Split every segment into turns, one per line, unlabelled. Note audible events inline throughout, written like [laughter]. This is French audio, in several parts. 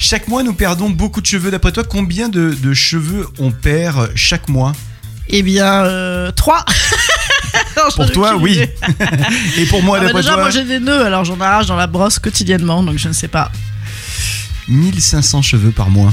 Chaque mois, nous perdons beaucoup de cheveux. D'après toi, combien de, de cheveux on perd chaque mois
Eh bien, euh, [laughs] 3
Pour toi, oui. [laughs] Et pour moi, d'après
Ah, déjà,
toi,
moi j'ai des nœuds, alors j'en arrache dans la brosse quotidiennement, donc je ne sais pas.
1500 cheveux par mois.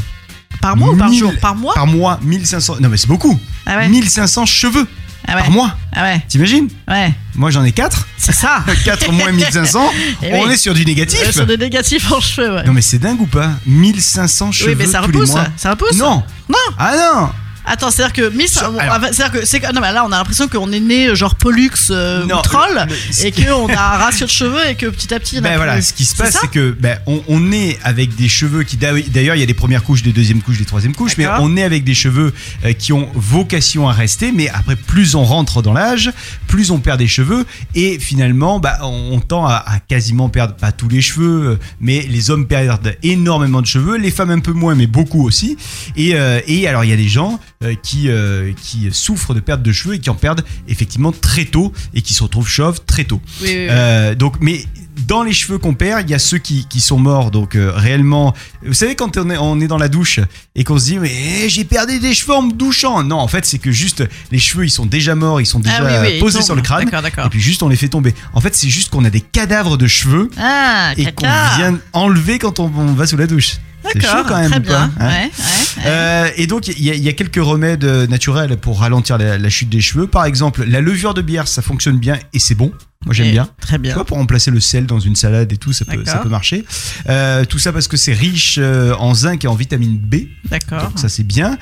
Par mois ou par
Mille-
jour Par mois
Par mois, 1500. Non, mais c'est beaucoup.
Ah Oh. ouais.
1500 cheveux
Ah ouais.
par mois.
Ah ouais,
T'imagines
ouais,
Moi, j'en ai
[laughs]
4.
c'est
[laughs]
ça.
4 moins 1500.
Eh
on
oui.
est sur du négatif.
Euh, Sur des négatifs en cheveux, ouais.
Non, mais c'est dingue ou pas 1500 cheveux
oui, mais ça
tous les
repousse,
mois.
ça repousse.
Non
Non.
Ah
Attends, c'est-à-dire que Miss,
Ça-
on-
alors-
c'est-à-dire que c'est que- non mais là on a l'impression qu'on est né euh, genre Pollux euh,
Non,
ou troll
le- le-
et qu'on a un ratio de cheveux et que petit à petit. il y en a
Ben
plus.
voilà, ce qui se
C'est
passe,
ça
c'est que ben, on, on est avec des cheveux qui, d'a- d'ailleurs, il y a des premières couches, des deuxièmes couches, des troisièmes couches, mais
D'accord.
on est avec des cheveux euh, qui ont vocation à rester, mais après, plus on rentre dans l'âge, plus on perd des cheveux, et finalement, bah, on, on tend à, à quasiment perdre, pas tous les cheveux, euh, mais les hommes perdent énormément de cheveux, les femmes un peu moins, mais beaucoup aussi. Et, euh, et alors, il y a des gens euh, qui, euh, qui souffrent de perte de cheveux et qui en perdent effectivement très tôt, et qui se retrouvent chauves très tôt.
Oui, oui, oui.
Euh, donc, mais dans les cheveux qu'on perd, il y a ceux qui, qui sont morts, donc euh, réellement. Vous savez, quand on est, on est dans la douche et qu'on se dit, mais eh, j'ai perdu des cheveux en me douchant. Non, en fait, c'est que juste les cheveux, ils sont déjà morts, ils sont déjà
ah, oui, oui,
euh,
il
posés
tombe.
sur le crâne.
D'accord,
Et
d'accord.
puis juste, on les fait tomber. En fait, c'est juste qu'on a des cadavres de cheveux
Ah,
et qu'on
caca.
vient enlever quand on, on va sous la douche. C'est
D'accord,
chaud quand même,
Très
ou pas,
bien.
hein
ouais, ouais, ouais.
euh, et donc, il y, a- il y a quelques remèdes euh, naturels pour ralentir la, la chute des cheveux. Par exemple, la levure de bière, ça fonctionne bien et c'est bon. Moi, j'aime
Et-
bien.
Très bien.
Tu vois, pour remplacer le sel dans une salade et tout, ça peut,
D'accord.
ça peut marcher. Euh, tout ça parce que c'est riche euh, en zinc et en vitamine B,
D'accord.
donc ça c'est bien.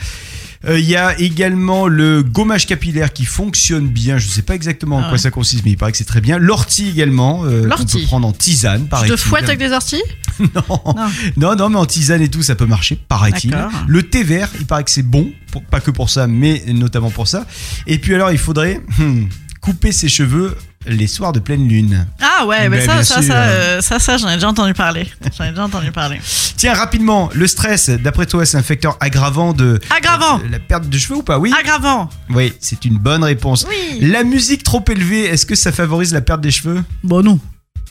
Euh, Il y a également le gommage capillaire qui fonctionne bien. Je ne sais pas exactement en
Ah
quoi
ouais.
ça consiste, mais il paraît que c'est très bien. L'ortie également, euh, qu'on
L'ortie.
peut prendre en tisane,
Tu
paraît-il.
te fouettes avec des orties
non.
Non.
[laughs] non, non, mais en tisane et tout, ça peut marcher, paraît-il.
D'accord.
Le thé vert, il paraît que c'est bon, pour- pas que pour ça, mais notamment pour ça. Et puis alors, il faudrait hmm, couper ses cheveux les soirs de pleine lune.
Ah ouais, mais
Ben, bien
ça, ça,
sûr.
ça, euh, ça, ça, j'en ai déjà entendu parler. J'en ai déjà entendu parler.
Tiens, rapidement, le stress, d'après toi, c'est un facteur aggravant de
Aggravant.
de la perte de cheveux ou pas Oui,
Aggravant.
oui, c'est une bonne réponse.
Oui.
La musique trop élevée, est-ce que ça favorise la perte des cheveux
Bon non.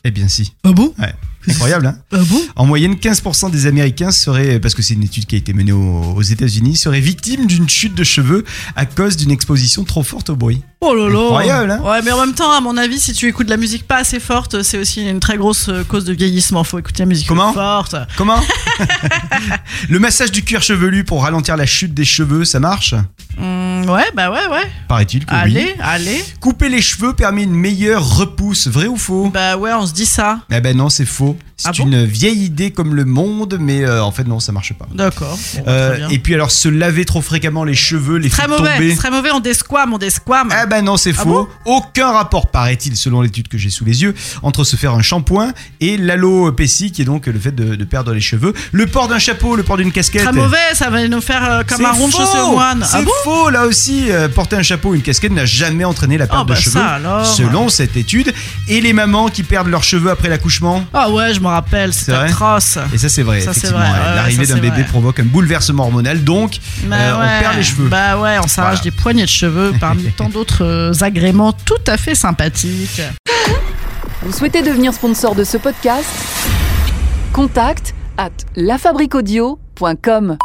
Eh bien si.
Ah bon
Ouais. Incroyable, hein
Ah bon
En moyenne, 15% des Américains seraient, parce que c'est une étude qui a été menée aux aux États-Unis, seraient victimes d'une chute de cheveux à cause d'une exposition trop forte au bruit.
Oh là là.
Incroyable, hein
Ouais, mais en même temps, à mon avis, si tu écoutes de la musique pas assez forte, c'est aussi une très grosse euh, cause de vieillissement. Faut écouter la musique
Comment
forte. [laughs]
Comment Le massage du cuir chevelu pour ralentir la chute des cheveux, ça marche
Hum, ouais, bah ouais, ouais.
Paraît-il que oui.
Allez, allez.
Couper les cheveux permet une meilleure repousse, vrai ou faux
Bah ouais, on se dit ça.
Eh ben non, c'est faux. C'est
Ah bon
une vieille idée comme le monde, mais euh, en fait non, ça marche pas.
D'accord. Bon, bah,
Euh,
très bien.
et puis alors se laver trop fréquemment les cheveux, les
Très
faire
mauvais,
tomber.
très mauvais, on desquame, on desquame.
Ah ben non, c'est
Ah
faux. Aucun rapport, paraît-il, selon l'étude que j'ai sous les yeux, entre se faire un shampoing et l'alopécie, qui est donc le fait de, de perdre les cheveux. Le port d'un chapeau, le port d'une casquette.
Très mauvais, ça va nous faire euh, comme
C'est
un rond de
faux
chaussée au moine.
C'est
Ah bon
faux, là aussi. Euh, porter un chapeau ou une casquette n'a jamais entraîné la perte
Ah bah
de
ça
cheveux,
alors.
selon cette étude. Et les mamans qui perdent leurs cheveux après l'accouchement
Ah ouais, je me rappelle,
C'est
c'est
vrai
atroce.
Et ça, c'est vrai.
Ça, c'est
effectivement,
vrai,
ouais.
ouais,
L'arrivée
ça,
d'un
c'est
bébé
vrai.
provoque un bouleversement hormonal, donc
Bah
euh, on
ouais.
perd les cheveux.
Bah ouais, on s'arrache
Voilà.
des poignées de cheveux
[laughs]
parmi tant d'autres euh, agréments tout à fait sympathiques.
Vous souhaitez devenir sponsor de ce podcast Contact à lafabriquaudio.com.